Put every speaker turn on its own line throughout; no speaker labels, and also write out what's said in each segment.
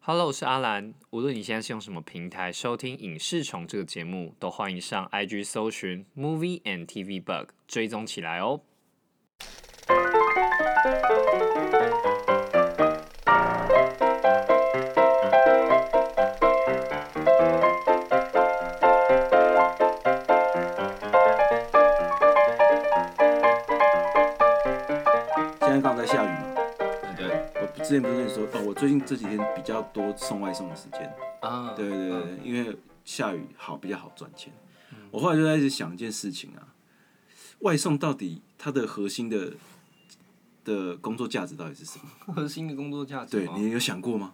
Hello，我是阿兰。无论你现在是用什么平台收听《影视虫》这个节目，都欢迎上 IG 搜寻 Movie and TV Bug 追踪起来哦。
现在刚好在下雨嘛，
对
我之前不是跟你说，哦，我最近这几天比较多送外送的时间，
啊，
对对对，因为下雨好比较好赚钱。我后来就在一直想一件事情啊，外送到底它的核心的的工作价值到底是什么？哦
核心的工作价值
对
吗？
你有想过吗？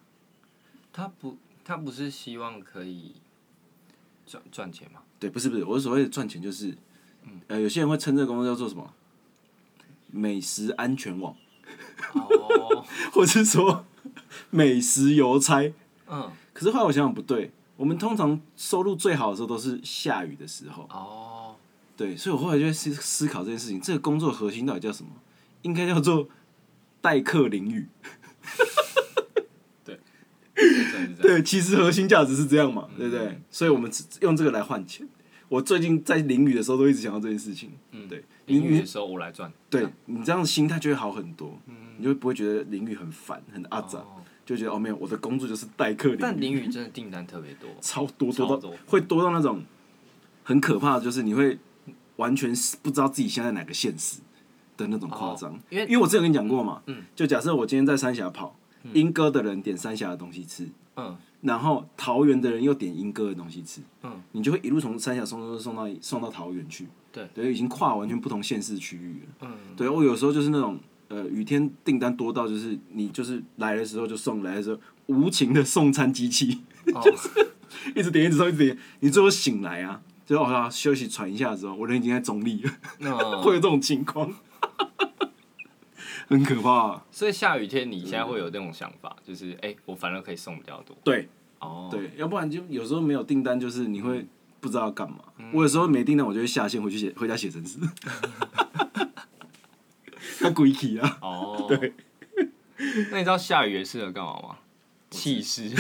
他不，他不是希望可以赚赚钱吗？
对，不是不是，我所谓的赚钱就是，呃，有些人会称这个工作叫做什么？美食安全网，
哦，
或是说美食邮差。
嗯，
可是后来我想想不对，我们通常收入最好的时候都是下雨的时候，
哦，
对，所以我后来就在思思考这件事情，这个工作核心到底叫什么？应该叫做代客淋雨。
真的是这样
对，其实核心价值是这样
嗯
嘛，对不对？所以我们只用这个来换钱。我最近在淋雨的时候都一直想到这件事情，对，
嗯淋
你
雨的
你
时候我来赚。
对你这样的心态就会好很多，你就不会觉得淋雨很烦很阿杂，
哦
就觉得哦没有，我的工作就是代客淋雨。
但淋雨真的订单特别多，
超多多到
超多
会多到那种很可怕，的就是你会完全不知道自己现在哪个现实的那种夸张、
哦因为嗯
因为我之前跟你讲过嘛，就假设我今天在三峡跑，莺歌的人点三峡的东西吃，
嗯，
然后桃园的人又点莺歌的东西吃，
嗯，
你就会一路从三峡送送送到送到桃园去，
对
对，已经跨完全不同县市区域了，
嗯，
对我有时候就是那种。呃，雨天订单多到就是你就是来的时候就送，来的时候无情的送餐机器，
哦，
一直点，一直送，一直点，你最后醒来啊，最后好像休息喘一下之后，我人已经在中立了，
那
会有这种情况，很可怕、啊
所以下雨天你现在会有那种想法，就是哎、我反而可以送比较多。
对
哦，，嗯
对，要不然就有时候没有订单，就是你会不知道要干嘛。我有时候没订单，我就会下线回去写回家写程式， 他鬼气啊！
哦，对。那你知道下雨也适合干嘛吗？气势。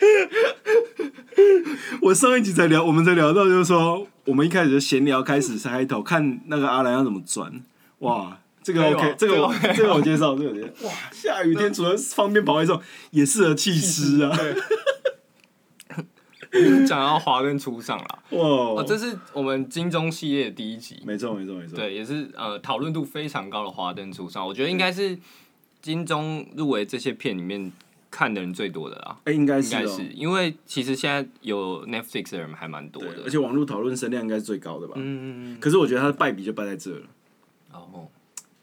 我上一集才聊，我们才聊到就是说，我们一开始就闲聊开始开头，看那个阿兰要怎么转，哇。这个
可以
OK，
吗
这个我
哎这个
这个我介绍，这个我介绍。哇，下雨天除了方便跑外送，也适合弃尸啊！
讲到华灯初上啦，
哇
哦，，这是我们金钟系列的第一集。
没错没错没错。，
对，也是呃讨论度非常高的《华灯初上》，我觉得应该是金钟入围这些片里面看的人最多的啦，
哎，应该
应
是
该
哦
是，因为其实现在有 Netflix 的人还蛮多
对，
的
而，且网络讨论声量应该是最高的吧？
嗯，
可是我觉得它的败笔就败在这了，
哦，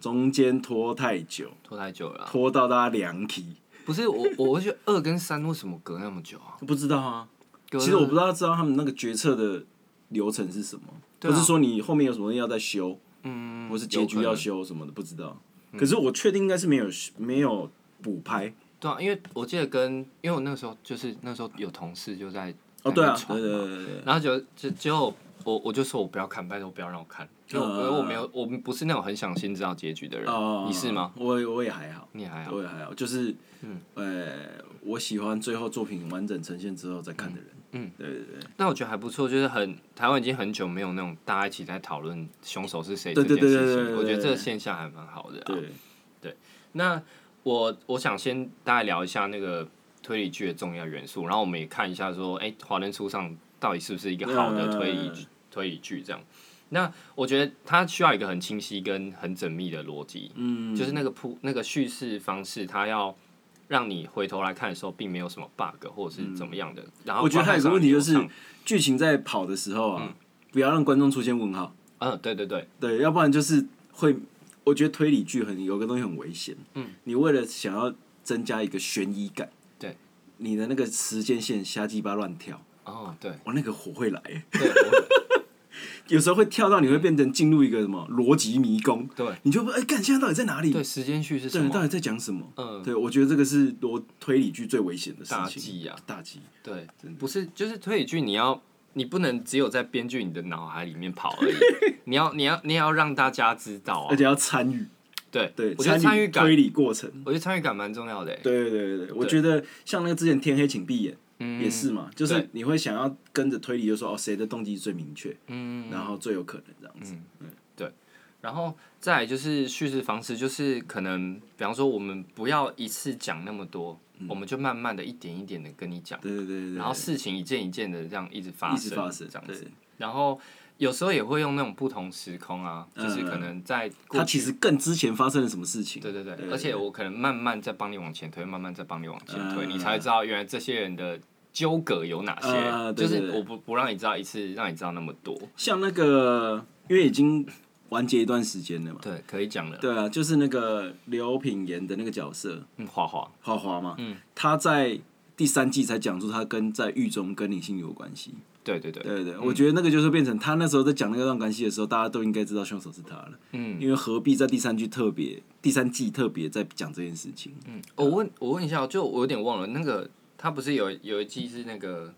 中间拖太久，
拖太久了啦，
拖到大家凉皮，
不是我，我我觉得二跟三为什么隔那么久啊？
不知道啊。
其
其实我不知，道知道他们那个决策的流程是什么，
对啊
不是说你后面有什么东西要再修，
嗯，
或是结局
有可
要
能，嗯
修什么的，不知道。可是我确定应该是没有没有补拍
对啊，因为我记得跟，因为我那个时候就是那时候有同事就在
哦，对啊，
在那边传
对对对对对，
然后就就结果我我就说我不要看，拜托不要让我看，因为我、因
嗯
为我没有我不是那种很想先知道结局的人，
哦，
你是吗？？
我我也还好，
你还好嗯
我也还好，就是呃，我喜欢最后作品完整呈现之后再看的人，
嗯，
对对对。
但我觉得还不错，就是很台湾已经很久没有那种大家一起在讨论凶手是谁这
对
件
对
事情，
对对对对对
我觉得这个现象还蛮好的、啊。
对，
那我我想先大概聊一下那个推理剧的重要元素，然后我们也看一下说，哎、华灯初上到底是不是一个好的推理、
嗯
推理剧这样？那我觉得它需要一个很清晰跟很缜密的逻辑，
嗯，
就是那个铺那个叙事方式，它要让你回头来看的时候，并没有什么 bug 或者是怎么样的。然后
嗯我觉得还有个问题就是
观看上
剧情在跑的时候啊，不要让观众出现问号，
流畅，嗯，对对嗯对，
对，要不然就是会，我觉得推理剧很有个东西很危险，嗯，你为了想要增加一个悬疑感，
对，
你的那个时间线瞎鸡巴乱跳，
哦对
哇，那个火会来，
对我
有时候会跳到你会变成进入一个什么逻辑迷宫，
对
你就不哎，干、现在到底在哪里？
对，时间序是什
对，
么？
到底在讲什么？
嗯
对，我觉得这个是逻推理剧最危险的事情，
大忌啊
大忌。
对
真，的
不是就是推理剧，你要你不能只有在编 剧你的脑海里面跑而已，你要你要你也要让大家知道啊
而且，要参与，
对
对，
我觉得参与感
推，理过程。
我觉得参与感蛮重要的欸。
对对对对，我觉得像那个之前天黑请闭眼
嗯
也是嘛，就是
对
你会想要跟着推理，就说哦谁的动机最明确，
嗯，
然后最有可能这样子。
然后再来就是叙事方式，就是可能比方说我们不要一次讲那么多，我们就慢慢的一点一点的跟你讲，
对对对嗯对对，
然后事情一件一件的这样一直发
一
生，
直发生
这样
对
子。然后有时候也会用那种不同时空啊，就是可能在过
嗯他
去
其实更之前发生了什么事情。
对对对，
对
而且我可能慢慢再帮你往前推，慢慢再帮你往前推，
嗯
你才会知道原来这些人的纠葛有哪些。
嗯对对
就
对
是我不不让你知道一次，让你知道那么多。
像那个，因为已经完结一段时间了嘛。
对，可以讲了。
对啊，就是那个刘品言的那个角色
嗯，花花，
花花嘛，
嗯
他在第三季才讲出他跟在狱中跟林心如有关系。
对对对，嗯
对对，我觉得那个就是变成他那时候在讲那个段关系的时候，大家都应该知道凶手是他了，
嗯，
因为何必在第三句特别、第三季特别在讲这件事情？
嗯我问我问一下哦，就我有点忘了，那个他不是有有一季是那个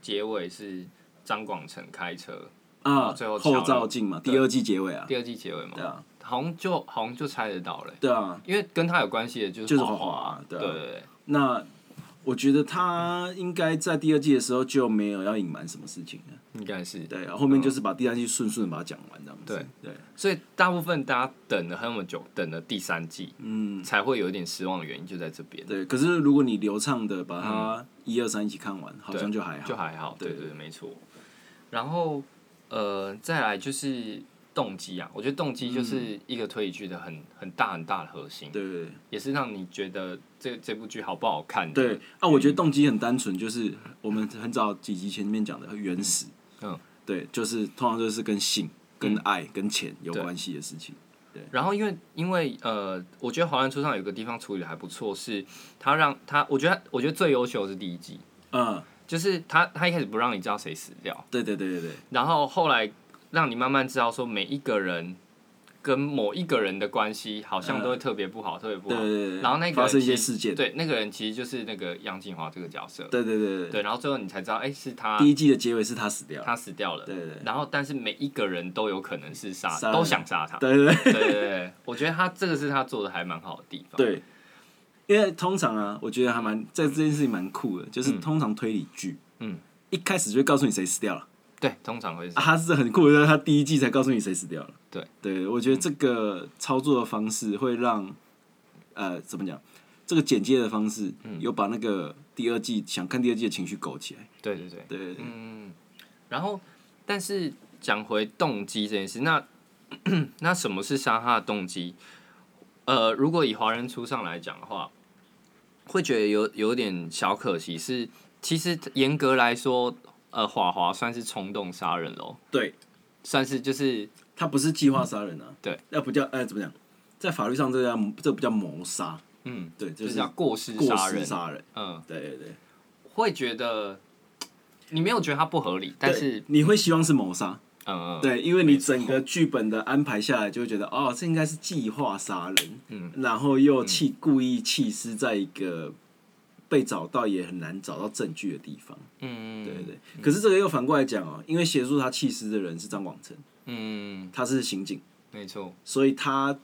结尾是张广成开车，
啊，
最后巧
后
了
照镜嘛，第二季结尾啊，
第二季结尾嘛，
对啊，
好像就好像就猜得到了欸，
对啊，
因为跟他有关系的就是
就是
花
华华
华
啊，对啊
对对，
那我觉得他应该在第二季的时候就没有要隐瞒什么事情了，
应该是
对啊，后
嗯
面就是把第三季顺顺地把它讲完这样子，对，
所以大部分大家等了那么久，等了第三季
嗯，
才会有一点失望的原因就在这边，
对。可是如果你流畅的把它一二三一起看完，好像就还好，
嗯就还好，
对
对对对，没错。然后呃，再来就是动机啊，我觉得动机就是一个推理剧的很很大很大的核心，
嗯对对对
也是让你觉得这这部剧好不好看的。
对啊，我觉得动机很单纯，就是我们很早几集前面讲的原始，
嗯嗯，嗯
对，就是通常就是跟性、跟爱、跟钱有关系的事情，
然后因为因为呃，我觉得《华人初上》有个地方处理的还不错，是他让他，我觉得我觉得最优秀的是第一季，
嗯，
就是他他一开始不让你知道谁死掉，
对对对对对，
然后后来让你慢慢知道说每一个人跟某一个人的关系好像都会特别不好，特别不
对
好。
对对，
然后那个
发生一些
人其实
事件，
对，那个人其实就是那个杨静华这个角色，
对对对对，
对，然后最后你才知道，哎，是他
第一季的结尾是他死掉了，
他死掉了，
对对对
然后但是每一个人都有可能是杀，
杀
都
人
想杀他，
对对
对
对。
对对，我觉得他这个是他做的还蛮好的地方。，
对，因为通常啊，我觉得还蛮在这件事情蛮酷的，就是通常推理剧，
嗯，
一开始就会告诉你谁死掉了，
对，通常会是
啊，他是很酷的，但是他第一季才告诉你谁死掉了。
对，嗯
对我觉得这个操作的方式会让，呃，怎么讲？这个剪接的方式
嗯
有把那个第二季想看第二季的情绪勾起来。
对对对，
对对对，
嗯。然后，但是讲回动机这件事，那 那什么是杀他的动机？呃，如果以华人初上来讲的话，会觉得有有点小可惜是，其实严格来说，呃，华华算是冲动杀人喽，
对，
算是就是
他不是计划杀人啊。
对，
那不叫呃，怎么讲？在法律上，这叫这不叫谋杀，
嗯，
对，
就是是叫过失
过
杀
失
人，
杀人。
嗯，
对对对，
会觉得你没有觉得它不合理，但是
对你会希望是谋杀，
嗯，嗯，
对，因为你整个剧本的安排下来，就会觉得哦，这应该是计划杀人，
嗯，
然后又弃、故意弃尸在一个被找到也很难找到证据的地方，
嗯，
对对对。可是这个又反过来讲哦，因为协助他弃尸的人是张广成，
嗯，
他是刑警，
没错，
所以他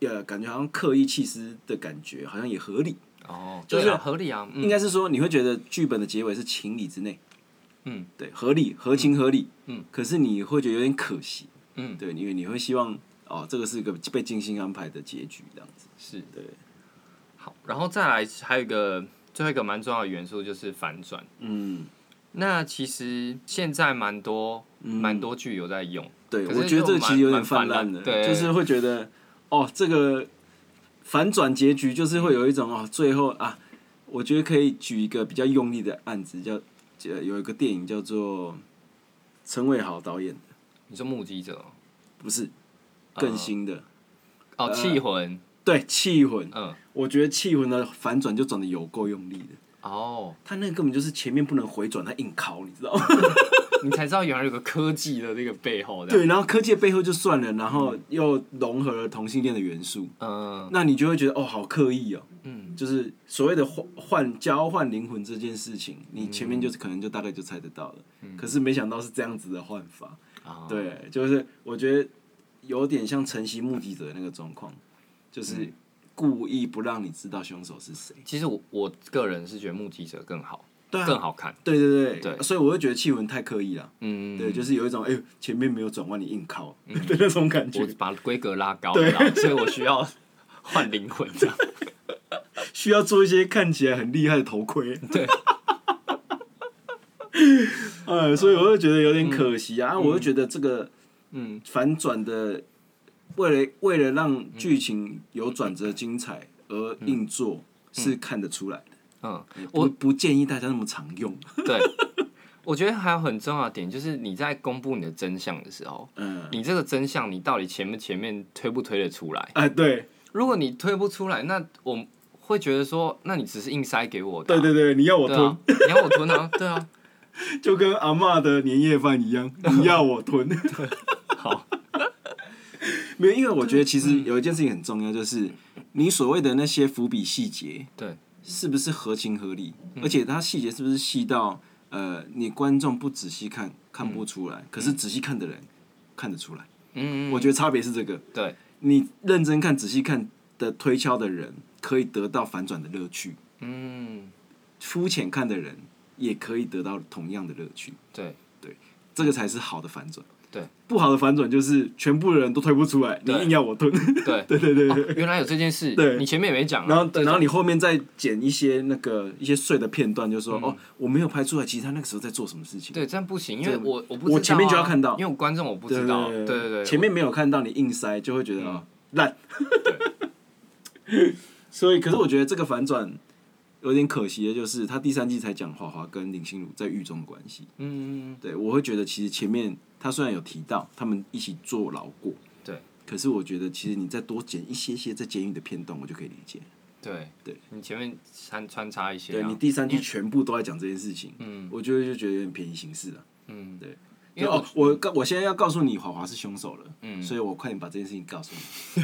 呃，感觉好像刻意弃尸的感觉，好像也合理。
哦，
就是
对啊合理啊，
应
嗯
该是说你会觉得剧本的结尾是情理之内，
嗯，
对，合理、合情、合理，
嗯，
可是你会觉得有点可惜，
嗯，
对，因为你会希望哦，这个是一个被精心安排的结局，这样子，
是
对，
好，然后再来还有一个最后一个蛮重要的元素就是反转。
嗯，
那其实现在蛮多蛮多剧有在用，
对，
可是
我觉得这个其实有点泛滥的，
蛮蛮泛滥对
就是会觉得哦，这个反转结局就是会有一种哦，最后啊，我觉得可以举一个比较用力的案子，叫呃有一个电影叫做陈伟豪导演的，
你说目击者哦
不是
啊
更新的，
哦，
呃
气魂，
对，《气魂》，
嗯，
我觉得《气魂》的反转就转的有够用力的。
哦，
他那个根本就是前面不能回转，他硬拷，你知道吗？
你才知道原来有个科技的那个背后的，
对，然后科技的背后就算了，然后又融合了同性恋的元素，
嗯
那你就会觉得哦，好刻意哦。
嗯，
就是所谓的换换交换灵魂这件事情，你前面就是可能就大概就猜得到了，可是没想到是这样子的换法。
嗯啊，
对，就是我觉得有点像晨曦目击者的那个状况，就是
嗯
故意不让你知道凶手是谁。
其实我我个人是觉得目击者更好，
对
更
啊，
好看。
对对对，
对
所以我就觉得气文太刻意了。
嗯，
对，就是有一种哎、呦前面没有转弯，你硬靠的那种感
我
觉，
把规格拉高了，所以我需要换灵魂这样。
需要做一些看起来很厉害的头盔。
对，
哎，所以我就觉得有点可惜啊，啊我就觉得这个
嗯，
反转的，为了为了让剧情有转折精彩而硬做，是看得出来的。
嗯，
我不建议大家那么常用。
对。我觉得还有很重要的点就是你在公布你的真相的时候，
嗯，
你这个真相你到底前不前面推不推得出来？
哎，对
如果你推不出来，那我会觉得说，那你只是硬塞给我的啊、
对对对，你要我
对
吞，
啊，你要我吞啊，对啊，
就跟阿嬷的年夜饭一样，你要我 吞。
好，嗯
没有，因为我觉得其实有一件事情很重要，就是你所谓的那些伏笔细节，
对，嗯
是不是合情合理？而且它细节是不是细到呃，你观众不仔细看看不出来，可是仔细看的人看得出来。
嗯，
我觉得差别是这个，
对，
你认真看、仔细看的推敲的人，可以得到反转的乐趣；
嗯，
肤浅看的人也可以得到同样的乐趣。
对，
这个才是好的反转。
对，
不好的反转就是全部的人都推不出来，你
对
硬要我吞。
对，
对对对
哦
对。
原来有这件事，
对
你前面也没讲啊，
然 后，
对
然后你后面再剪一些那个一些碎的片段，就
嗯
说、哦，我没有拍出来，其实他那个时候在做什么事情。
对，这样不行，因为
这
我我不知道啊、
我前面就要看到
因为我观众我不
对
知道，对
对
对对，嗯
前面没有看到你硬塞，就会觉得啊烂。 所以，可是我觉得这个反转有点可惜的，就是他第三季才讲华华跟林心如在狱中的关系。
嗯，嗯嗯
对，我会觉得其实前面他虽然有提到他们一起坐牢过，
对，
可是我觉得其实你再多剪一些些在监狱的片段，我就可以理解。
对
对，
你前面穿穿插一些、
对
啊，
你第三季全部都在讲这件事情，
嗯
我就会就觉得有点便宜行事了。
嗯，
对，
因为
就哦，我告我现在要告诉你华华是凶手了，
嗯
所以我快点把这件事情告诉你。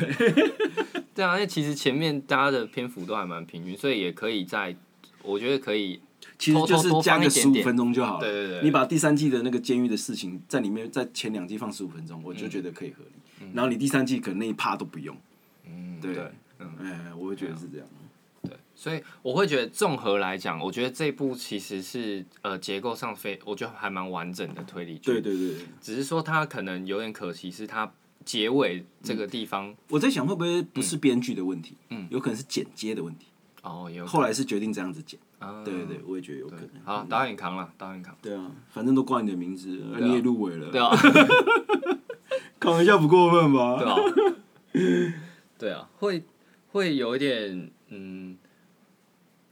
对啊，因为其实前面大家的篇幅都还蛮平均，所以也可以在，我觉得可以，
其实就是加
偷偷多放
个
一
十
点
五
点
分钟就好了。
对对对
你把第三季的那个监狱的事情在里面，在前两季放十五分钟，我就觉得可以合理。然后你第三季可能那一趴都不用。
嗯，
对
对，嗯。
哎，我会觉得是这样。
对，所以我会觉得综合来讲，我觉得这部其实是呃结构上非我觉得还蛮完整的推理剧，
对对对，对
只是说它可能有点可惜，是它结尾这
嗯
个地方、
我在想会不会不是编剧的问题，
嗯
有可能是剪接的问题。
哦也有
后来是决定这样子剪。
啊
对对对，我也觉得有可能。嗯
好导演扛了，导演扛，
对啊，反正都挂你的名字了，你也入围了，
对啊
开玩笑不过分吧？
对啊 对啊，会会有一点嗯，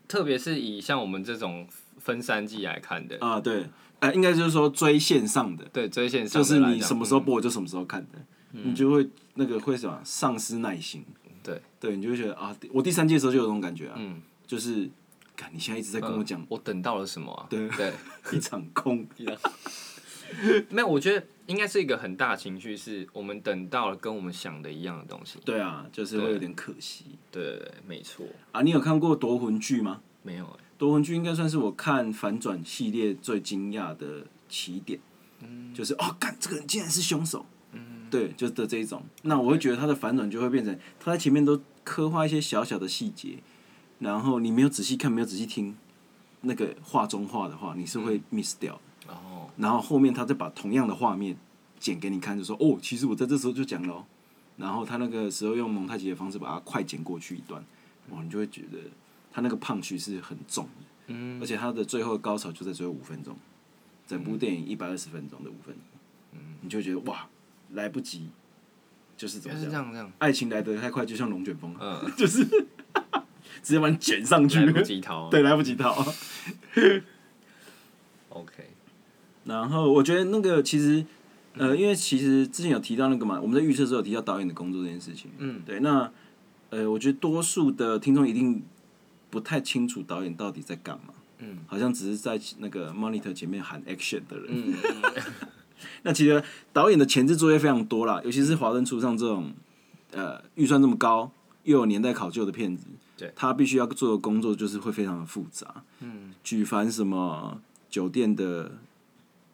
特别是以像我们这种分三季来看的，
啊，对，哎，应该就是说追线上的，
对追线上
就
的
是
来
你
讲嗯
什么时候播我就什么时候看的，你就会那个会什么丧失耐心。
对
对，你就会觉得啊，第我第三季的时候就有这种感觉啊，
嗯
就是，看你现在一直在跟我讲
嗯我等到了什么啊？
对
对。
一场空，
没有，我觉得应该是一个很大的情绪，是我们等到了跟我们想的一样的东西。
对啊，就是会有点可惜
对对对，没错，
啊。你有看过夺魂剧吗？
没有、欸，
夺魂剧应该算是我看反转系列最惊讶的起点，就是哦，干这个人竟然是凶手，对，就是的这一种。那我会觉得他的反转就会变成他在前面都刻画一些小小的细节，然后你没有仔细看，没有仔细听那个画中画的话，你是会 miss 掉的。
然后
然后后面他再把同样的画面剪给你看，就说哦，其实我在这时候就讲了、哦，然后他那个时候用蒙太奇的方式把它快剪过去一段，哇，你就会觉得他那个胖曲是很重的，
嗯
而且他的最后高潮就在最后五分钟，整部电影一百二十分钟的五分钟，
嗯
你就觉得哇，来不及，就是怎
就
么
是这
讲，
样这样，
爱情来得太快，就像龙卷风啊，
嗯，
就是直接把你卷上去
来，不及逃、
对，来不及逃。
，OK，
然后我觉得那个其实，呃，因为其实之前有提到那个嘛，我们在预测的时候有提到导演的工作这件事情。
嗯，
对，那呃，我觉得多数的听众一定不太清楚导演到底在干嘛。
嗯，
好像只是在那个 monitor 前面喊 action 的人。
嗯，
那其实导演的前置作业非常多啦，尤其是华灯初上这种呃预算这么高又有年代考究的片子，
对
他必须要做的工作就是会非常的复杂。
嗯，
举凡什么酒店的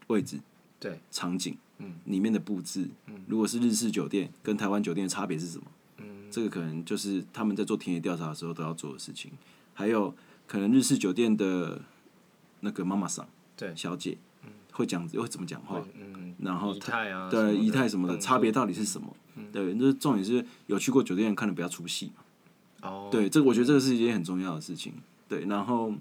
位置，
对
场景，
嗯，
里面的布置，嗯，如果是日式酒店跟台湾酒店的差别是什么？
嗯，
这个可能就是他们在做田野调查的时候都要做的事情。还有可能日式酒店的那个妈妈桑，
对
小姐，会讲会怎么讲话，
嗯，
然后
仪态啊，什么
对
的嗯
仪态什么的
动作
差别到底是什么？对，那重点是有去过酒店的人看的不要出戏嘛。
哦，
对，这我觉得这个是一件很重要的事情。对，然后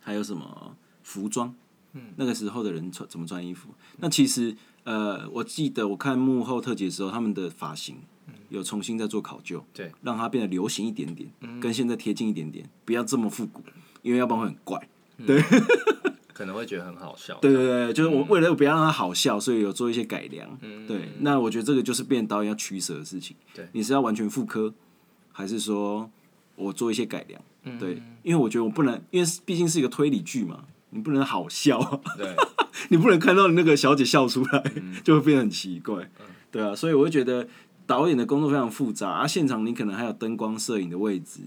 还有什么服装？
嗯
那个时候的人穿怎么穿衣服？那其实呃，我记得我看幕后特辑的时候，他们的发型有重新在做考究，
嗯对，嗯
让它变得流行一点点，跟现在贴近一点点，不要这么复古，因为要不然会很怪。
可能会觉得很好笑，
对对对，就是我为了不要让它好笑，所以有做一些改良。对，那我觉得这个就是变导演要取舍的事情。
对
你是要完全复刻，还是说我做一些改良？对，因为我觉得我不能，因为毕竟是一个推理剧嘛，你不能好笑啊，
对，
你不能看到那个小姐笑出来， 就会变得很奇怪。对啊，所以我会觉得导演的工作非常复杂，啊，现场你可能还有灯光、摄影的位置，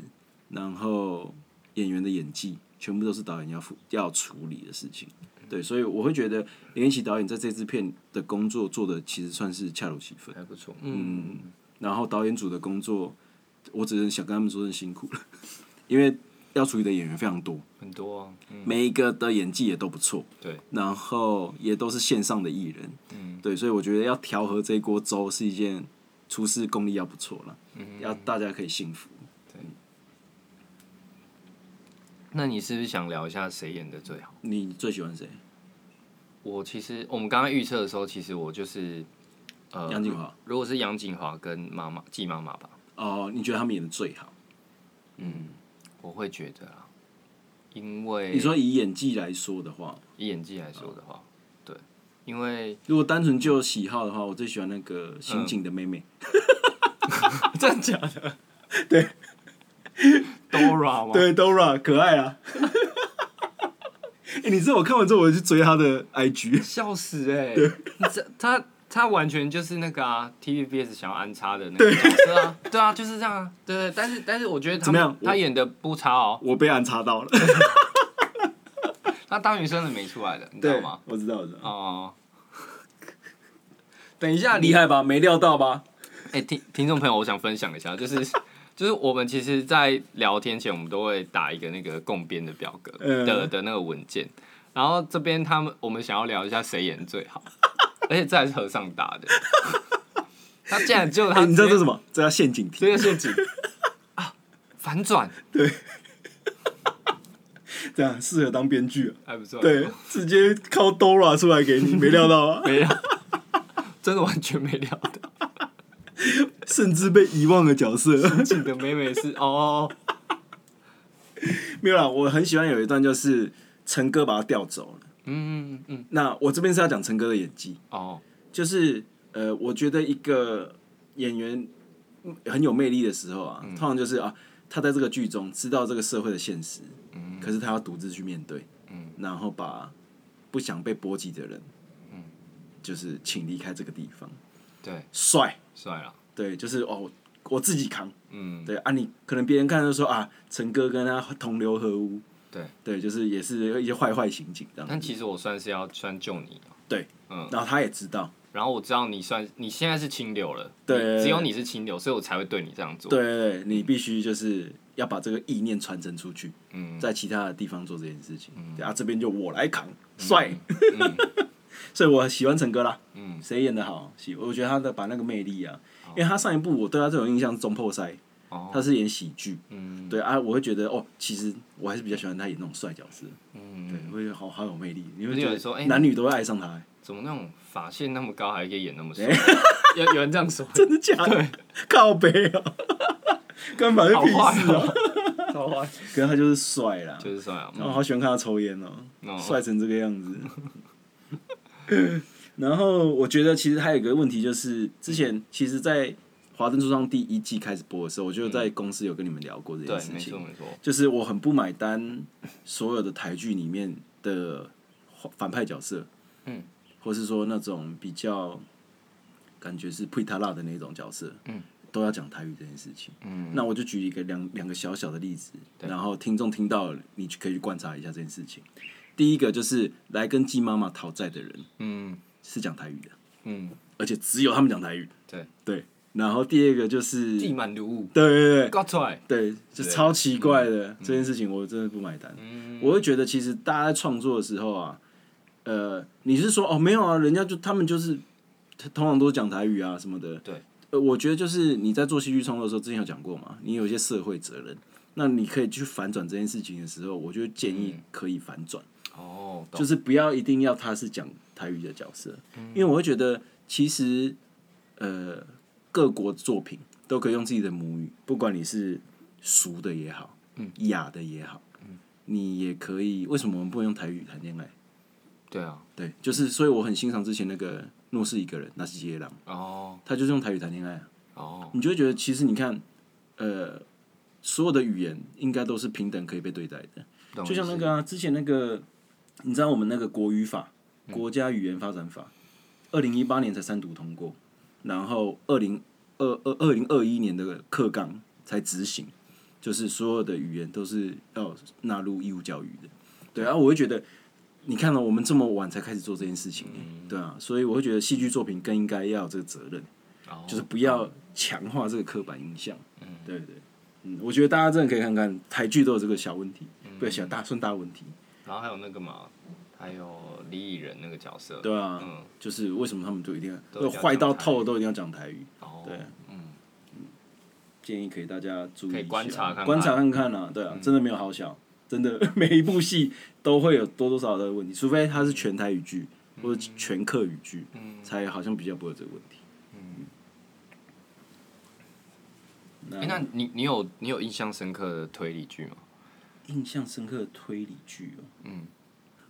然后演员的演技，全部都是导演要负要处理的事情。对，所以我会觉得林彦琪导演在这支片的工作做的其实算是恰如其分。
还不错，嗯，
然后导演组的工作，我只是想跟他们说声辛苦了， 因为要处理的演员非常多，
很多啊，嗯，
每一个的演技也都不错，
对，
然后也都是线上的艺人，
嗯，
对，所以我觉得要调和这一锅粥是一件厨师功力要不错了，
嗯
要大家可以幸福。
那你是不是想聊一下谁演的最好？
你最喜欢谁？
我其实我们刚刚预测的时候，其实我就是，呃，
杨景华。
如果是杨景华跟妈妈季妈妈吧，
哦，你觉得他们演的最好？
我会觉得啊，因为
你说以哦演技来说的话，
以演技来说的话，对，因为
如果单纯就喜好的话，我最喜欢那个刑警的妹妹。
真假的，对，Dora 嘛，
对，Dora 可 爱啊。哎、你知道我看完之后，我就去追她的 IG。
笑死哎、欸！你这他他完全就是那个啊，TVBS 想要安插的那个角色啊，对啊，就是这样啊，对对。但是但是我觉得他
怎么
们
样
他
我
演的不差哦，
我被安插到了，
他大学生的没出来的，你知道吗？
我知道，我知道，
哦， 等一下，你
厉害吧？没料到吧？
哎、听听众朋友，我想分享一下，就是就是我们其实，在聊天前，我们都会打一个那个共编的表格
嗯
的的那个文件，然后这边他们我们想要聊一下谁演最好，而且这还是和尚打的，他竟然就他、
哎、你知道这是什
么？
么？这叫陷阱
这
题，
个陷阱啊，反转
这样适合当编剧啊。
还不错，
对，直接靠 Dora 出来给你，没料到啊，
没料，真的完全没料到，
甚至被遗忘的角色。
你的妹妹是哦，
没有啦，我很喜欢有一段就是陈哥把他调走了。
嗯嗯嗯
那我这边是要讲陈哥的演技，
哦，
就是呃，我觉得一个演员嗯很有魅力的时候啊，
嗯
通常就是啊，他在这个剧中知道这个社会的现实，可是他要独自去面对，
嗯
然后把不想被波及的人，就是请离开这个地方，
嗯对，
帅，
帅啊了，
对，就是哦，我自己扛，
嗯，
对啊，你可能别人看就说啊，陈哥跟他同流合污，
对
对，就是也是一些坏坏刑警这样
但
子，
其实我算是要算救你了。
对，
嗯
然后他也知道，
然后我知道你算你现在是清流了，
对
你只有你是清流，所以我才会对你这样做。，
对对对，你必须就是要把这个意念传承出去，
嗯，
在其他的地方做这件事情。对啊，这边就我来扛，帅。 所以我喜欢陈哥啦。
嗯
谁演的好？喜，我觉得他的把那个魅力啊，因为他上一部我对他最有印象是《中破塞》，
哦
他是演喜剧。
嗯
对啊，我会觉得哦，其实我还是比较喜欢他演那种帅角色，对
嗯，，
我觉得好好有魅力。你会
不是有
觉
人说哎
得男女都会爱上他、 欸
怎么那种发线那么高，还可以演那么帅？有有人这样说，
真的假的？靠背啊， 根本就
好
屁
坏
事啊！
哦，好坏，
可是他就是帅啦，
就是帅啊，
哦然后好喜欢看他抽烟哦、
嗯
帅成这个样子。 然后我觉得其实还有一个问题就是，之前其实，在《华灯初上》第一季开始播的时候，我就在公司有跟你们聊过这件
嗯对，
事
没错
情，
没错，
就是我很不买单所有的台剧里面的反派角色，
嗯，
或是说那种比较感觉是配他辣的那种角色，
嗯，
都要讲台语这件事情。
嗯
那我就举一个两两个小小的例子，然后听众听到了，你去可以去观察一下这件事情。第一个就是来跟季妈妈讨债的人，
嗯
是讲台语的，
嗯，
而且只有他们讲台语。
对
对，然后第二个就是，
地
对
满如雾，
对对
搞出来，
对，就超奇怪的这件事情，我真的不买单。
嗯，
我会觉得，其实大家在创作的时候啊，呃，你是说哦没有啊，人家就他们就是通常都是讲台语啊什么的。
对，
呃，我觉得就是你在做戏剧创作的时候，之前有讲过嘛，你有一些社会责任。那你可以去反转这件事情的时候，我就建
嗯
议可以反转。
哦，懂
就是不要一定要他是讲台语的角色，因为我会觉得其实呃各国作品都可以用自己的母语，不管你是熟的也好，雅的也好，你也可以。为什么我们不能用台语谈恋爱？
对啊，
对，就是所以我很欣赏之前那个诺是一个人，那是杰郎，
哦
他就是用台语谈恋爱啊、
哦，
你就会觉得其实你看，呃，所有的语言应该都是平等可以被对待的。
懂
就像
意
那
思
个啊，之前那个，你知道我们那个国语法《国家语言发展法》，二零一八年才三读通过，然后二零二二二零二一年的课纲才执行，就是所有的语言都是要纳入义务教育的。对啊，我会觉得，你看了、我们这么晚才开始做这件事情、对啊，所以我会觉得戏剧作品更应该要有这个责任，
哦
就是不要强化这个刻板印象。对对对，嗯，我觉得大家真的可以看看台剧都有这个小问题，
嗯
不是小大算大问题，
然后还有那个嘛，还有李蚁人那个角色，
对啊，
嗯，
就是为什么他们都一定要
都一定要
坏到
讲台语
透都一定要讲台语？
哦，
对
嗯，
建议可以大家注意一下，
可以观察看看嗯
观察看看啊，对啊，真的没有好小，真的 每一部戏都会有多多少少的问题，除非它是全台语剧
嗯
或者全客语剧，才好像比较不会有这个问题。
哎、
嗯，
那你你有你有印象深刻的推理剧吗？
印象深刻的推理剧哦，
嗯，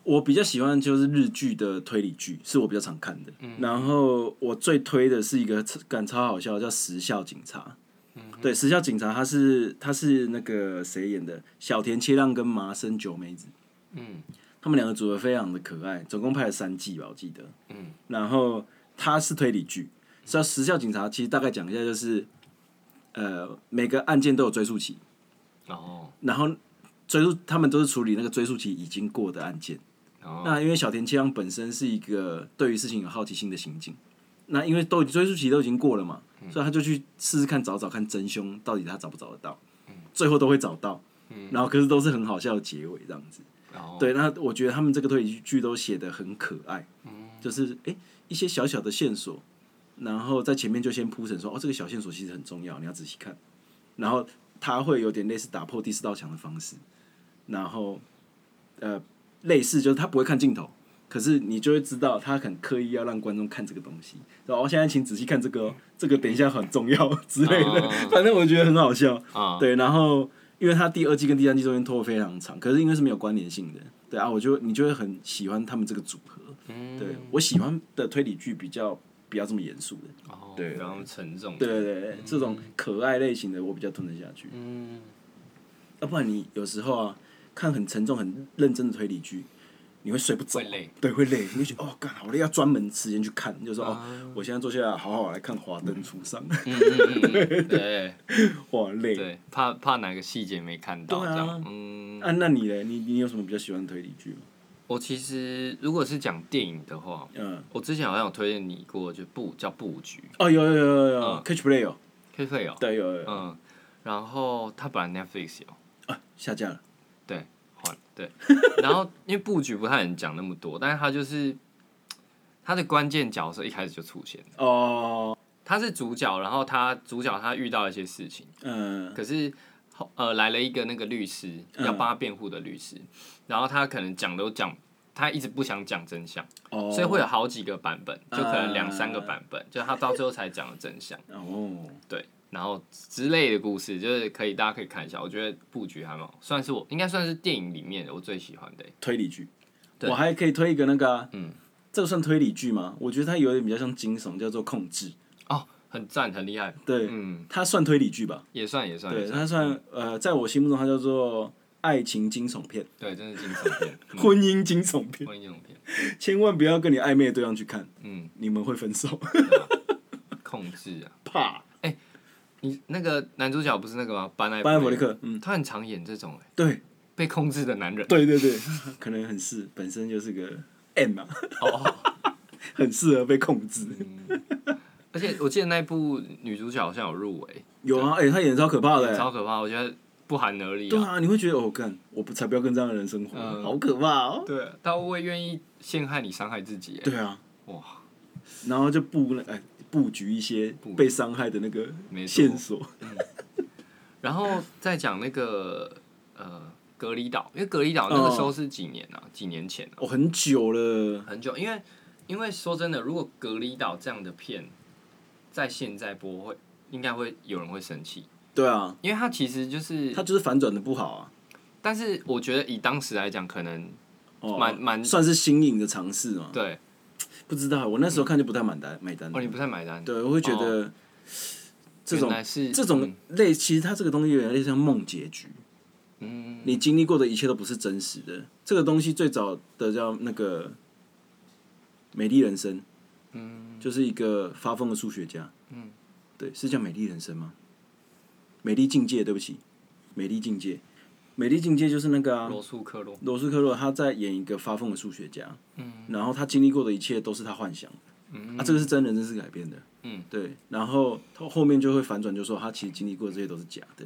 我比较喜欢就是日剧的推理剧，是我比较常看的。
嗯
然后我最推的是一个感超好笑，叫《时效警察》。
嗯
对，《时效警察》他是他是那个谁演的？小田切让跟麻生久美子。
嗯，
他们两个组合非常的可爱，总共拍了三季吧，我记得。
嗯，
然后它是推理剧，所以《时效警察》其实大概讲一下就是，呃，每个案件都有追溯期，
然后
然后追溯他们都是处理那个追溯期已经过的案件。
然后
那因为小田切让本身是一个对于事情有好奇心的刑警，那因为都追溯期都已经过了嘛，所以他就去试试看找找看真凶到底他找不找得到，最后都会找到，然后可是都是很好笑的结尾这样子。
然后
对，那我觉得他们这个推理剧都写的很可爱，就是诶一些小小的线索，然后在前面就先铺陈说哦这个小线索其实很重要，你要仔细看，然后他会有点类似打破第四道墙的方式，然后呃类似就是他不会看镜头。可是你就会知道，他很刻意要让观众看这个东西。然后、哦现在请仔细看这个、哦，这个等一下很重要之类的
哦。
反正我觉得很好笑。
啊，
对，然后因为它第二季跟第三季中间拖得非常长，可是因为是没有关联性的，对啊，我就你就会很喜欢他们这个组合。
嗯
对我喜欢的推理剧比较不要这么严肃的，
哦
对
然后沉重，
对，对对，这种可爱类型的我比较吞得下去。
嗯，
要不然你有时候啊看很沉重、很认真的推理剧，你会睡不着，
会累，
对，会累，你会觉得哦，干好累，要专门时间去看，你就说哦，我现在坐下来好好来看《华灯初上》，
嗯嗯嗯，对
哇，累。
对，怕怕哪个细节没看到
对啊
这样，嗯，
啊，那你嘞？你你有什么比较喜欢的推理剧吗？
我其实如果是讲电影的话，
嗯，
我之前好像有推荐你过，就布叫布局
哦，有有有有有
嗯
，Catch Play 有。
K 费哦，
对，有有有、
嗯，然后它本来 Netflix 有。
啊，下架了。
对，换 对。然后因为布局不太能讲那么多，但是他就是他的关键角色一开始就出现了，
哦，
他是主角，然后他主角他遇到一些事情，
嗯，
可是后呃来了一个那个律师
嗯
要帮他辩护的律师，然后他可能讲都讲。他一直不想讲真相，
哦，
所以会有好几个版本，就可能两
啊
三个版本，就他到最后才讲了真 相，
哦，
对，然后之类的故事，就是可以大家可以看一下，我觉得布局还蛮好，算是我应该算是电影里面的我最喜欢的欸、
推理剧。
对
我还可以推一个那个、啊，
嗯，
这个算推理剧吗？我觉得它有点比较像惊悚，叫做《控制》。
哦，很赞，很厉害。
对，
嗯，
它算推理剧吧？
也算也算，也
对，
算
它算呃，在我心目中它叫做爱情惊悚片、
对，真是惊悚 片，
婚姻惊悚片，
关于这种片，
千万不要跟你暧昧的对象去看，
嗯，
你们会 分手。
控制啊，
怕
你那个男主角不是那个吗？班艾
班艾弗利，克，嗯，
他很常演这种、欸、
对
被控 制的男人。
对对对，可能很是本身就是个 M 啊。
哦，
很适合被控制。
而且我记得那一部女主角好像有入围，
有啊，哎、欸，他演的超可怕的、欸，
超可怕，我觉得不寒而栗
对啊，你会觉得哦，干，我不才不要跟这样的人生活，
嗯
好可怕 哦。
对，他会愿意陷害你、伤害自己欸，
对啊，
哇，
然后就布那哎布局一些被伤害的那个
没错
线索。
然后再讲那个呃隔离岛，因为隔离岛那个时候是几年啊？几年前啊，
哦，很久了，
很久。因为因为说真的，如果隔离岛这样的片在现在播会，应该会有人会生气，
对啊，
因为它其实就是
他，就是反转的不好啊，
但是我觉得以当时来讲，可能
哦，
蛮蛮
算是新颖的尝试嘛。
对
不知道，我那时候看就不太买单，买单。
嗯哦，你不哦太买单，
对，我会觉得这种
原来是
这种类，其实它这个东西有点类似像梦结局，
嗯
你经历过的一切都不是真实的。这个东西最早的叫那个《美丽人生》，
嗯
就是一个发疯的数学家。
嗯，
对，是叫《美丽人生》吗？美丽境界，对不起，《美丽境界》，《美丽境界》就是那个啊，
罗素克洛，
罗斯科洛他在演一个发疯的数学家，
嗯
然后他经历过的一切都是他幻想的。
嗯
啊，这个是真人真事改编的，
嗯，
对。然后他后面就会反转，就说他其实经历过这些都是假的，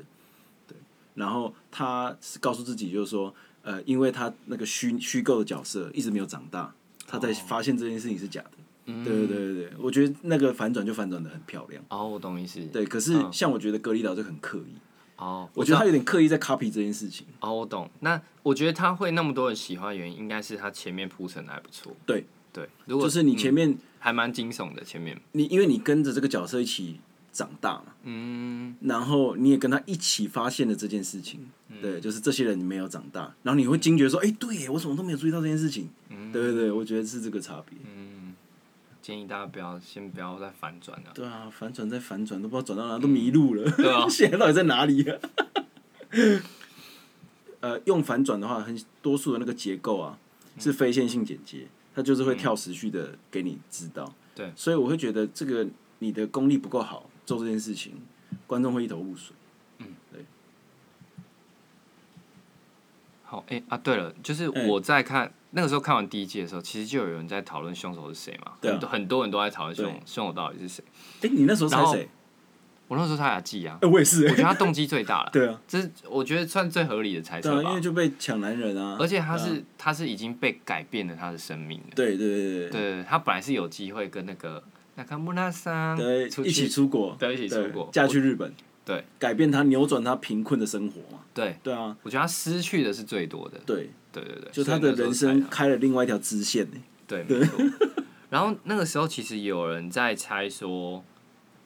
对。然后他是告诉自己，就是说，呃，因为他那个虚虚构的角色一直没有长大，他在发现这件事情是假的。
哦嗯
对对对对对，我觉得那个反转就反转的很漂亮。
哦，我懂意思，
对，可是
嗯
像我觉得《隔离岛》就很刻意，
哦，
我觉得他有点刻意在 copy 这件事情。
哦，我懂。那我觉得他会那么多人喜欢，原因应该是他前面铺陈的还不错。
对
对，如果
就是你前面
还蛮惊悚的，前面
你因为你跟着这个角色一起长大嘛，
嗯
然后你也跟他一起发现了这件事情，对，就是这些人没有长大，然后你会惊觉说，哎、对耶我怎么都没有注意到这件事情，对对对，我觉得是这个差别。
嗯，建议大家不要先不要再反转了。
对啊，反转再反转，都不知道转到哪，都迷路了。
对 啊
现在到底在哪里啊？ 呃，用反转的话，很多数的那个结构啊，
嗯
是非线性剪接，它就是会跳时序的给你知道。
对
所以我会觉得这个你的功力不够好，做这件事情，观众会一头雾水。
好，哎、啊，对了，就是
哎
我在看、那个时候看完第一季的时候，其实就有人在讨论凶手是谁嘛，
对啊
很多很多人都在讨论凶
对
凶手到底是谁。
哎、你那时候
嗯
猜
然后
谁？
我那时候猜雅纪啊，
哎、我也是、
我觉得他动机最大了，
对啊，
这是我觉得算最合理的猜
对
测
啊，
吧
因为。就被抢男人啊，
而且他
对
是、
啊
他是已经被改变了他的生命了。
对对对对
对，他本来是有机会跟那个那卡穆拉桑
对，
出
一起
去，
出国，
对一起出国
嫁去日本，
对，
改变他扭转他贫困的生活嘛，
对
对啊，
我觉得他失去的是最多的。
对，
对对对，所
就
以
他的
那时候
人
才啊
生
他
开了另外一条支线欸呢。
对，没错。 然后那个时候其实有人在猜说，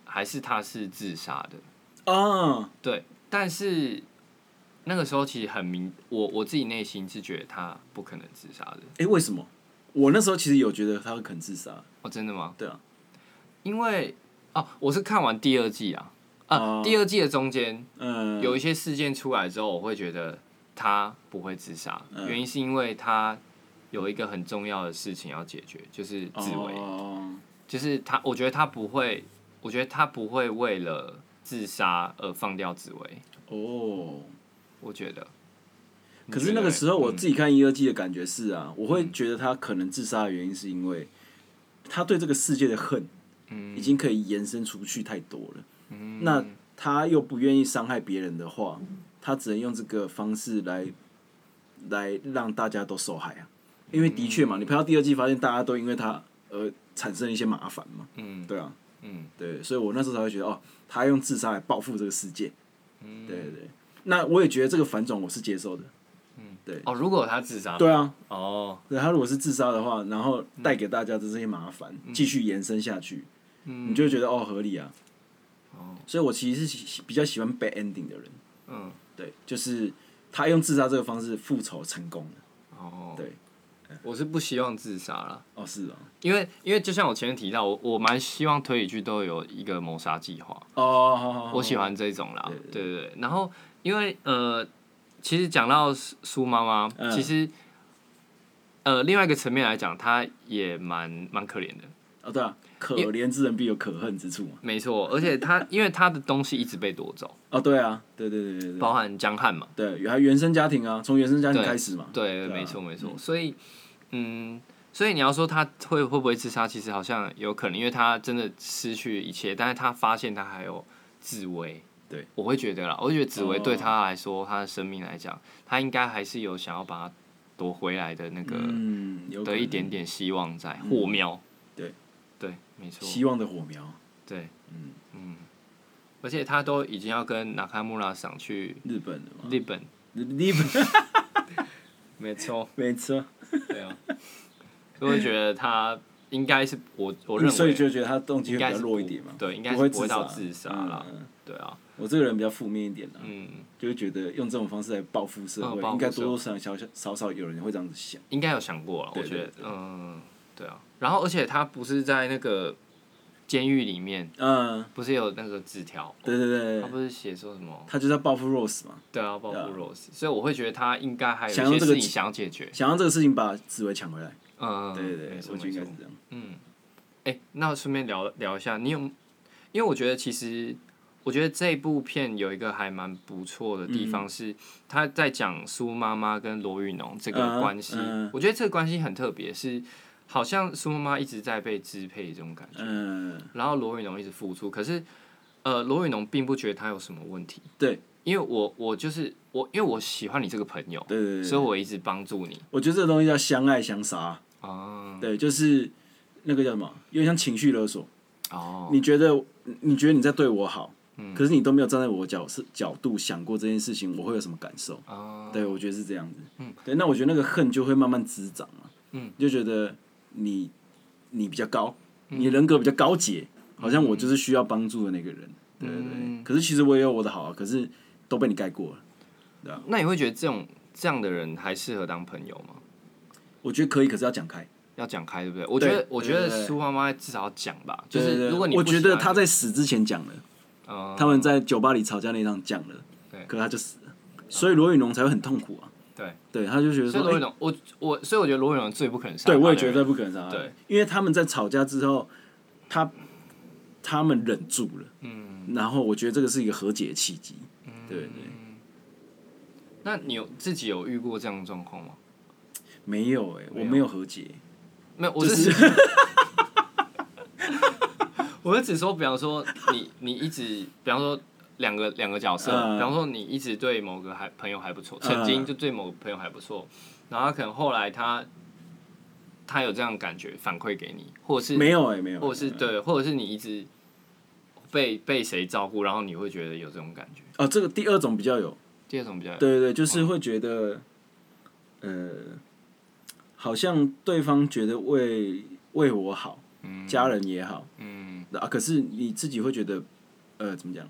还是他是自杀的，
啊，
对，但是。那个时候其实很明，我我自己内心是觉得他不可能自杀的。
哎，为什么？我那时候其实有觉得他会肯自杀，
哦，真的吗？
对啊，
因为哦，我是看完第二季啊，啊，
哦
第二季的中间，
嗯，
有一些事件出来之后，我会觉得他不会自杀，
嗯
原因是因为他有一个很重要的事情要解决，就是自卫，
哦
就是他，我觉得他不会，我觉得他不会为了自杀而放掉自卫，
哦。
我觉得。
可是那个时候
嗯
我自己看一二季的感觉是啊，我会觉得他可能自杀的原因是因为他对这个世界的恨
嗯
已经可以延伸出去太多了。那他又不愿意伤害别人的话，他只能用这个方式来来让大家都受害啊。因为的
嗯
确嘛，你拍到第二季发现大家都因为他而产生一些麻烦嘛。
嗯
对啊，
嗯
对，所以我那时候才会觉得哦，他用自杀来报复这个世界。
嗯
对对对，那我也觉得这个反转我是接受的。
哦，如果他自杀，
对啊，
哦，
对他如果是自杀的话，然后带给大家的这些麻烦
嗯
继续延伸下去，你就会觉得哦合理啊。
哦
所以我其实是喜比较喜欢 bad ending 的人，
嗯
对，就是他用自杀这个方式复仇成功了。
哦，
对，
我是不希望自杀啦。
哦，是哦，
因为，因为就像我前面提到，我我蛮希望推理剧都有一个谋杀计划，
哦，好好好，
我喜欢这种啦，对对对。然后因为呃，其实讲到苏苏妈妈，
嗯
其实呃另外一个层面来讲，她也蛮蛮可怜的，
哦，对啊，可怜之人必有可恨之处嘛。
没错。而且她因为她的东西一直被夺走，
哦，对啊，对对对对对，
包含江汉嘛，
对，还有原生家庭啊，从原生家庭开始嘛。
对，
对啊
没错没错。所以嗯，所以你要说他会会不会自杀，其实好像有可能，因为他真的失去一切，但是他发现他还有紫薇。
对，
我会觉得啦，我会觉得紫薇
哦
对他来说，他的生命来讲，他应该还是有想要把它夺回来的那个、
嗯，有可
的
能嗯
一点点希望在，火苗。
对，
对，没错。
希望的火苗，
对，
嗯，
嗯，而且他都已经要跟纳卡穆拉赏去
日本的嘛，
日本，
日本，
没错，
哦没错，
对啊，所以我觉得他应该是我我认
嗯
为，
所以就觉得他动机
应
会比
该
较
是
弱一
不
点嘛，
对，应该
不会
是不会到自
杀
杀啦，
嗯嗯
对啊，
我这个人比较负面一点啦，
嗯，
就会觉得用这种方式来报复社
嗯
会，
报复
应该
社会
多多少少少少有人会这样子想。
应该有想过了，我
对
觉
对
得，嗯，对啊，然后而且他不是在那个监狱里面，
嗯，
不是有那个纸条，
对对
他
对，
不是写说什么，
他就是要报复 Rose 嘛，
对啊，报
对啊
复 Rose，所以我会觉得他应该还有
想
一
用
些
这个
事情
机
想要解决，
想让这个事情把紫薇抢回来。
嗯，
对对对
没，错
我觉得
没
应该
错
是。这样。
嗯，哎、那顺便聊聊一下，你有，因为我觉得其实，我觉得这部片有一个还蛮不错的地方是，他在讲苏妈妈跟罗玉农这个
嗯
关系，
嗯
我觉得这个关系很特别，是好像苏妈妈一直在被支配这种感觉，
嗯，
然后罗玉农一直付出，可是，呃，罗玉农并不觉得他有什么问题，
对，
因为我我就是我，因为我喜欢你这个朋友，
对对对
所以
对，
我一直帮助你
我觉得这个东西叫相爱相杀，
啊，
对，就是那个叫什么，有点像情绪勒索。
哦，
你觉得你觉得你在对我好，可是你都没有站在我角是角度想过这件事情，我会有什么感受？
啊，
对，我觉得是这样子。哦嗯，对，那我觉得那个恨就会慢慢滋长嘛。嗯，就觉得你你比较高，你人格比较高洁，好像我就是需要帮助的那个人。对对对。可是其实我也有我的好啊，可是都被你盖过了。
那你会觉得这种这样的人还适合当朋友吗？
我觉得可以，可是要讲开。
要讲开，对不对？我觉得，我觉
对
得
对对
苏妈妈至少要讲吧。就
对对
是
对
如果你
我
不
觉
喜
得
欢
他在死之前讲了，
嗯
他们在酒吧里吵架那场讲了，
对
可他就死了，所以罗宇农才会很痛苦啊。
嗯对，
对，他就觉得
所以
说，
罗
哎
永龙，我我所以我觉得罗永龙最不可能杀他
对，
的人。
我也觉得不可能杀。
对，
因为他们在吵架之后，他他们忍住了，嗯，然后我觉得这个是一个和解的契机，
嗯
对对对，
那你有自己有遇过这样的状况吗？
没有哎、我
有
没有和解，
没有，我是、 我是只说，比方说你你一直，比方说两个两个角色，
嗯
比方说你一直对某个还朋友还不错，
嗯
曾经就对某个朋友还不错，然后他可能后来他他有这样的感觉反馈给你，或者是
没有哎、没有，
或者是
没有
对，或者是你一直被被谁照顾，然后你会觉得有这种感觉。
哦，这个第二种比较有，
第二种比较
对对对，就是会觉得，呃，好像对方觉得为为我好，家人也好，
嗯
啊，可是你自己会觉得，呃，怎么讲？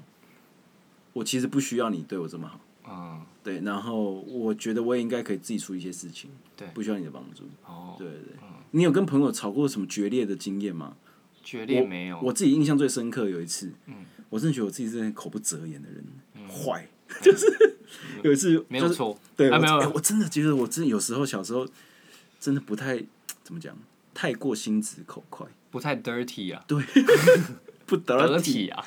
我其实不需要你对我这么好。
嗯
对，然后我觉得我也应该可以自己处理一些事情，
对
不需要你的帮助。
哦，
对对对，你有跟朋友吵过什么决裂的经验吗？
决裂没有，嗯
我自己印象最深刻有一次，我真的觉得我自己是很口不择言的人，坏、 就是有一次
没
就
有
是
错，
对，
啊
我
没有
哎我真的觉得我真的有时候小时候真的不太怎么讲，太过心直口快，
不太 dirty 啊
不得了体
，dirty 啊，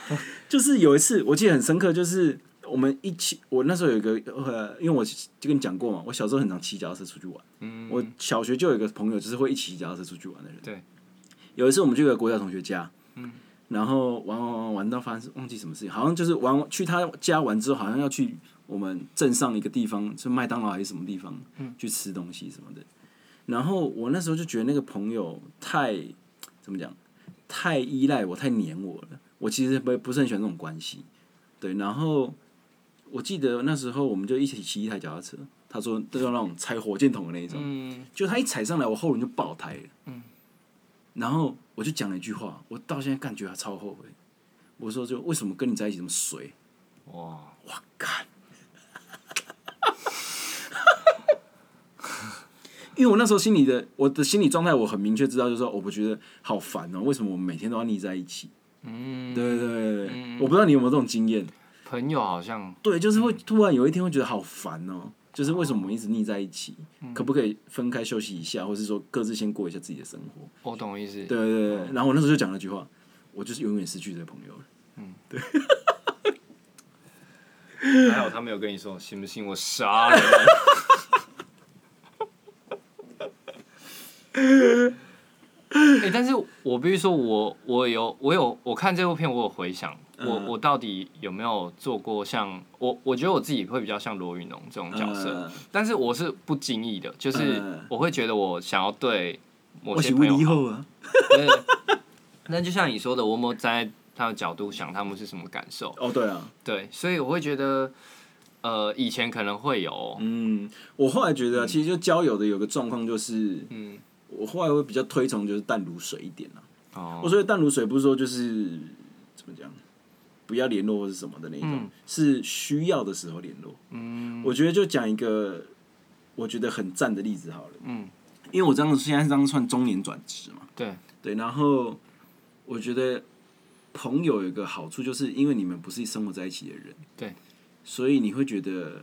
就是有一次，我记得很深刻，就是我们一起，我那时候有一个呃，因为我就跟你讲过嘛，我小时候很常骑脚踏车出去玩。
嗯
我小学就有一个朋友，就是会一起骑脚踏车出去玩的人。
对，嗯
有一次我们去一个国小同学家，然后玩玩玩玩到发生忘记什么事情，好像就是玩去他家玩之后，好像要去我们镇上一个地方，是麦当劳还是什么地方，
嗯
去吃东西什么的。然后我那时候就觉得那个朋友太怎么讲，太依赖我，太黏我了。我其实不不是很喜欢这种关系，对。然后我记得那时候我们就一起骑一台脚踏车，他说那种那种踩火箭筒的那一种，
嗯
就他一踩上来，我后轮就爆胎了。然后我就讲了一句话，我到现在感觉他超后悔。我说就为什么跟你在一起这么水？
哇，
哇干！因为我那时候心里的我的心理状态，我很明确知道，就是说哦我不觉得好烦哦、为什么我们每天都要腻在一起？
嗯，
对对对对对，我不知道你有没有这种经验？
朋友好像
对，就是会突然有一天会觉得好烦哦、就是为什么我们一直腻在一起？可不可以分开休息一下，或是说各自先过一下自己的生活？
我懂意思，
对对对，然后我那时候就讲了一句话，我就是永远失去这个朋友了。
还好他没有跟你说，信不信我杀了 哎、但是我必须说我，我有我有我看这部片，我有回想，我
嗯
我到底有没有做过像我？我觉得我自己会比较像罗云龙这种角色，
呃
但是我是不经意的，就是
嗯
我会觉得我想要对某
我
些
是
朋
为
友
你
好，
后啊，
对。 那就像你说的，我有没有在他的角度想他们是什么感受？
哦对啊，
对，所以我会觉得，呃，以前可能会有，
嗯，我后来觉得啊其实就交友的有个状况就是，
嗯，
我后来会比较推崇就是淡如水一点啊。我
哦，
说的淡如水不是说就是怎么讲，不要联络或是什么的那一种，
嗯
是需要的时候联络。
嗯
我觉得就讲一个我觉得很赞的例子好了，
嗯，
因为我这样现在这样算中年转职嘛，
对，
对，然后我觉得朋友有一个好处，就是因为你们不是生活在一起的人，
对，
所以你会觉得，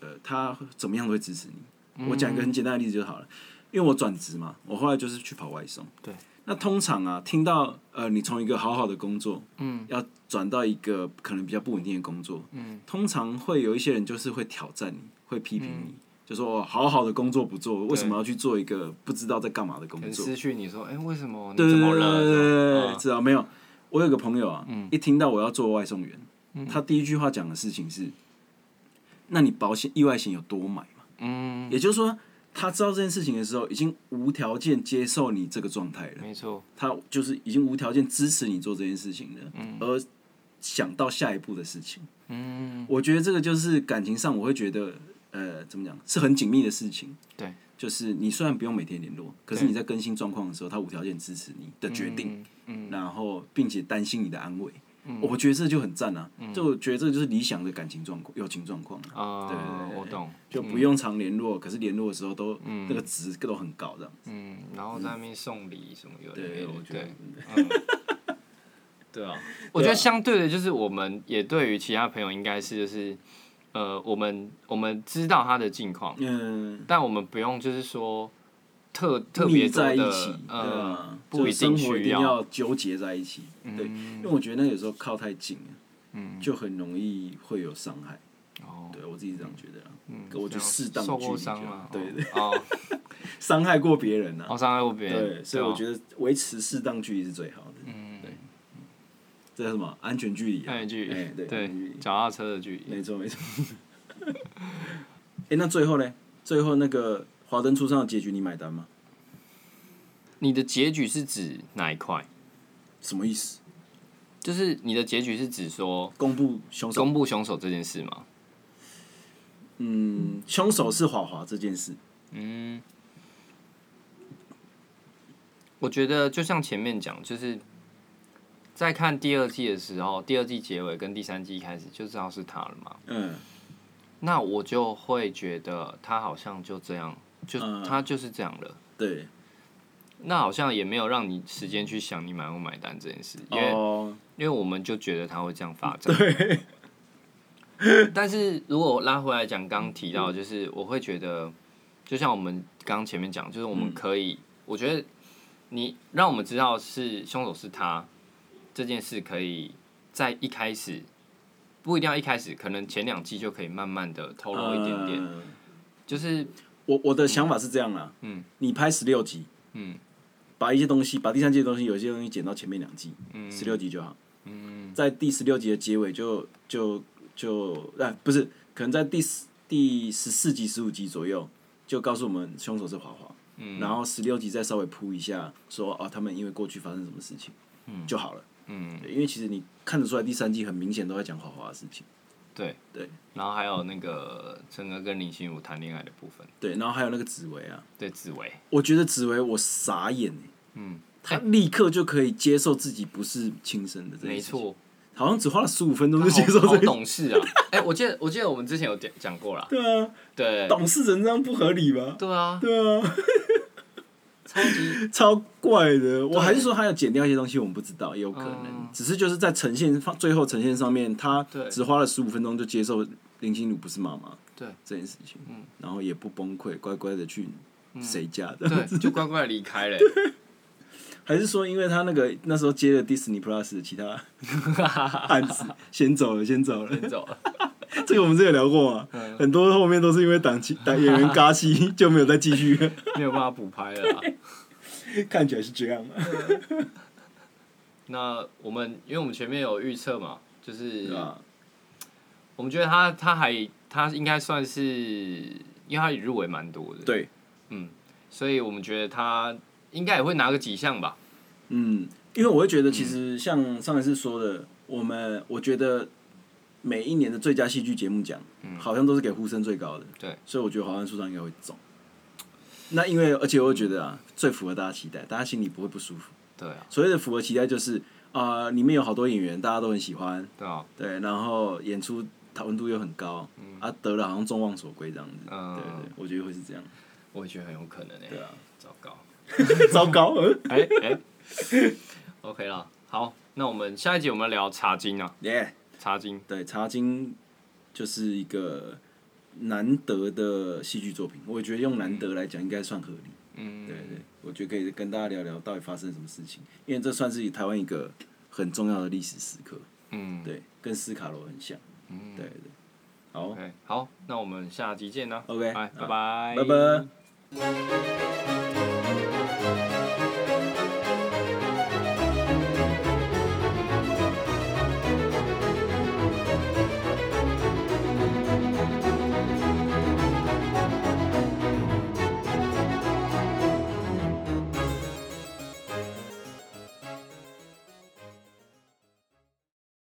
呃，他怎么样都会支持你。我讲一个
嗯
很简单的例子就好了，因为我转职嘛，我后来就是去跑外送，
对，
那通常啊，听到呃，你从一个好好的工作，
嗯，
要转到一个可能比较不稳定的工作，
嗯，
通常会有一些人就是会挑战你，会批评
嗯
你。就说哦，好好的工作不做，为什么要去做一个不知道在干嘛的工
很
作？
失去你说，哎、为什么
对
你怎么了？
对
这嗯
对
样
对，知道没有？我有个朋友啊，一听到我要做外送员，他第一句话讲的事情是：那你保险意外险有多买嘛？
嗯，
也就是说，他知道这件事情的时候，已经无条件接受你这个状态了，
没错，
他就是已经无条件支持你做这件事情了，而想到下一步的事情。
嗯，
我觉得这个就是感情上，我会觉得，呃，怎么讲，是很紧密的事情。
对，
就是你虽然不用每天联络，可是
对
你在更新状况的时候，他无条件支持你的决定。
嗯，嗯，嗯
然后并且担心你的安危，我觉得这就很赞啊！就我觉得这就是理想的感情状况、友情状况啊，
啊、
对对对
我懂，
就不用常联络，可是联络的时候都那个值都很高这样。
嗯，然后在那边送礼什么有的没
对，
的
我觉得
对，嗯，对啊，我觉得相对的，就是我们也对于其他朋友应该是就是，呃，我们我们知道他的近况，
嗯，
但我们不用就是说特特别
腻
多
在一
的
起，对
呃
啊，，
不
就
一
生
定
活一
需
定
要，
要纠结在一起，对，因
嗯
为我觉得那有时候靠太近了，
嗯
就很容易会有伤害。
哦，
对我自己这样觉得啊，
嗯
我觉得适当的
受
距
过
离就
伤
好
了，
对
对，哦，
伤害过别人啊，
哦，伤害过别人，
对，所以我
得，
觉得维持适当距离是最好的。
嗯，
对这叫什么安全距离啊？
安全距离
哎对，安全距
对
离，
脚踏车的距离，
没错没 错。哎、那最后呢？最后那个《华灯初上》的结局，你买单吗？
你的结局是指哪一块？
什么意思？
就是你的结局是指说
公布凶手？
哦公布凶手这件事吗？
嗯，凶手是华华这件事。
嗯，我觉得就像前面讲，就是在看第二季的时候，第二季结尾跟第三季开始就知道是他了嘛。
嗯，
那我就会觉得他好像就这样，就、
嗯
他就是这样了。
对。
那好像也没有让你时间去想你买不买单这件事，因为、
哦，
因为我们就觉得它会这样发 展。但是如果我拉回来讲，刚刚提到就是，我会觉得，就像我们刚刚前面讲，就是我们可以，我觉得你让我们知道是凶手是他这件事，可以在一开始不一定要一开始，可能前两季就可以慢慢的透露一点点，
嗯
就是
我我的想法是这样啦。
嗯，
你拍十六集，
嗯，
把一些东西，把第三季的东西，有一些东西剪到前面两季，
嗯
十六集就好。
嗯
在第十六集的结尾就就就啊，不是，可能在第十第十四集、十五集左右就告诉我们凶手是华华，
嗯
然后十六集再稍微铺一下，说哦，他们因为过去发生什么事情，嗯，就好了。
嗯，
对，因为其实你看得出来，第三季很明显都在讲华华的事情。
对
对，
然后还有那个陈哥跟林心如谈恋爱的部分，
对，然后还有那个紫薇啊，
对紫薇，
我觉得紫薇我傻眼欸
嗯，
她立刻就可以接受自己不是亲生的这件
没
事情，
错，
好像只花了十五分 钟
好
就接受
好
这个，
懂事啊！ 哎、我记得我记得我们之前有讲讲过啦，
对啊，
对
懂事成这样不合理吧？
对啊，
对啊。
超级
超怪的。我还是说他有剪掉一些东西，我们不知道，也有可能，
嗯
只是就是在呈现放最后呈现上面，他
对
只花了十五分钟就接受林心如不是妈妈
对嗯
这件事情，然后也不崩溃，乖乖的去谁家 的，
对，就乖乖地离开了、
还是说因为他那个那时候接了 Disney Plus 的其他 案子，先走了，先走了，
先走了。
这个我们之前有聊过嘛？很多后面都是因为 档期档演员尬戏就没有再继续，
没有办法补拍了啦。 啊
看起来是这样。
那我们因为我们前面有预测嘛，就是
啊，
我们觉得他他还他应该算是，因为他也入围蛮多的，
对，
所以我们觉得他应该也会拿个几项吧。
嗯，因为我会觉得其实像上一次说的，我们我觉得每一年的最佳戏剧节目奖，好像都是给呼声最高的，
对，
所以我觉得华安书上应该会中。那因为而且我会觉得啊，最符合大家期待，大家心里不会不舒服。
对啊，
所谓的符合期待就是啊、呃里面有好多演员，大家都很喜欢，
对啊，
对，然后演出讨论度又很高，啊，得了好像众望所归这样子，
嗯
对对，我觉得会是 这样。
我也觉得很有可能诶、
对啊，
糟糕，
糟 糕，
哎、哎、o k 啦，好，那我们下一集我们聊茶经啊，
耶、
茶经，
对，《茶经》就是一个难得的戏剧作品，我觉得用难得来讲应该算合理。
嗯，
对对，我觉得可以跟大家聊聊到底发生什么事情，因为这算是台湾一个很重要的历史时刻，
嗯，
对，跟斯卡罗很像。
嗯
对对，好，
，OK，好，那我们下集见啦
OK，
啊哎拜
好
拜，
拜拜。